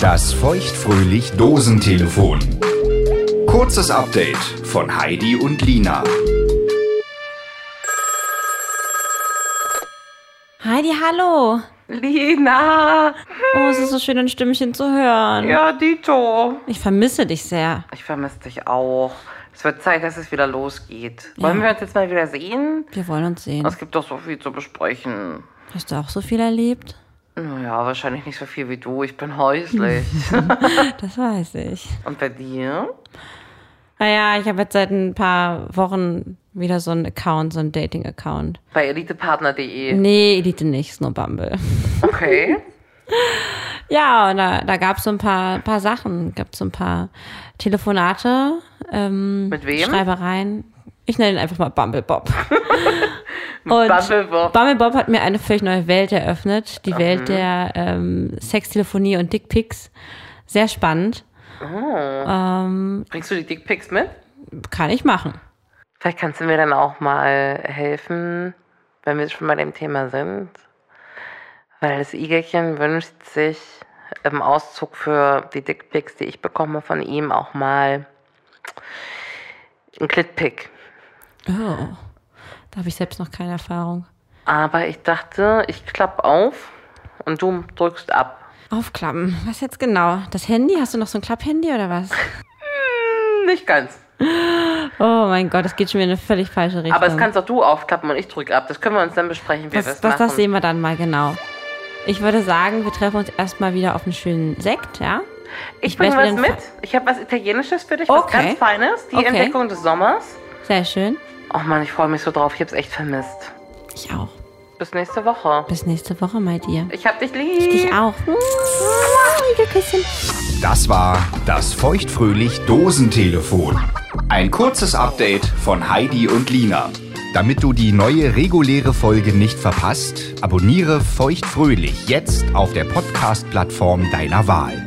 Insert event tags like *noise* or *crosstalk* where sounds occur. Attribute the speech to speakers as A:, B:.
A: Das feuchtfröhlich Dosentelefon. Kurzes Update von Heidi und Lina.
B: Heidi, hallo.
C: Lina!
B: Oh, es ist so schön, ein Stimmchen zu hören.
C: Ja, Dito.
B: Ich vermisse dich sehr.
C: Ich vermisse dich auch. Es wird Zeit, dass es wieder losgeht. Wollen wir uns jetzt mal wieder sehen?
B: Wir wollen uns sehen.
C: Es gibt doch so viel zu besprechen.
B: Hast du auch so viel erlebt?
C: Naja, wahrscheinlich nicht so viel wie du. Ich bin häuslich.
B: Das weiß ich.
C: Und bei dir?
B: Naja, ich habe jetzt seit ein paar Wochen wieder so einen Account, so einen Dating-Account.
C: Bei elitepartner.de.
B: Nee, Elite nicht, nur Bumble.
C: Okay.
B: Ja, und da, da gab es so ein paar, paar Sachen. Gab so ein paar Telefonate, ähm,
C: Mit wem?
B: Schreibereien. Ich nenne ihn einfach mal Bumble
C: *laughs*
B: Bob. Und
C: Bumble Bob. Mhm.
B: Bumble Bob hat mir eine völlig neue Welt eröffnet. Die Welt der ähm, Sextelefonie und Dickpics. Sehr spannend.
C: Bringst du die Dickpics mit?
B: Kann ich machen.
C: Vielleicht kannst du mir dann auch mal helfen, wenn wir schon bei dem Thema sind. Weil das Igelchen wünscht sich im Auszug für die Dickpics, die ich bekomme von ihm, auch mal ein Clitpick.
B: Oh. Da habe ich selbst noch keine Erfahrung.
C: Aber ich dachte, ich klapp auf und du drückst ab.
B: Aufklappen. Was jetzt genau? Das Handy? Hast du noch so ein Klapphandy oder
C: *laughs*
B: was?
C: Hm, Nicht ganz.
B: Oh mein Gott, das geht schon wieder in eine völlig falsche Richtung.
C: Aber das kannst auch du aufklappen und ich drück ab. Das können wir uns dann besprechen, wie wir
B: das,
C: das
B: das,
C: machen.
B: das sehen wir dann mal genau. Ich würde sagen, wir treffen uns erstmal wieder auf einen schönen Sekt, ja?
C: ich
B: werd
C: bringe
B: mir
C: was
B: den
C: mit. Ich habe was Italienisches für dich, was
B: Okay.
C: ganz Feines. Die
B: Okay.
C: Entdeckung des Sommers.
B: Fa- Sehr schön.
C: Oh Mann, ich freue mich so drauf. Ich hab's echt vermisst.
B: Ich auch.
C: Bis nächste Woche.
B: Bis nächste Woche, my dear.
C: Ich hab dich lieb.
B: Dich auch. Küsschen.
A: Das war das feuchtfröhlich Dosentelefon. Ein kurzes Update von Heidi und Lina. Damit du die neue reguläre Folge nicht verpasst, abonniere feuchtfröhlich jetzt auf der Podcast-Plattform deiner Wahl.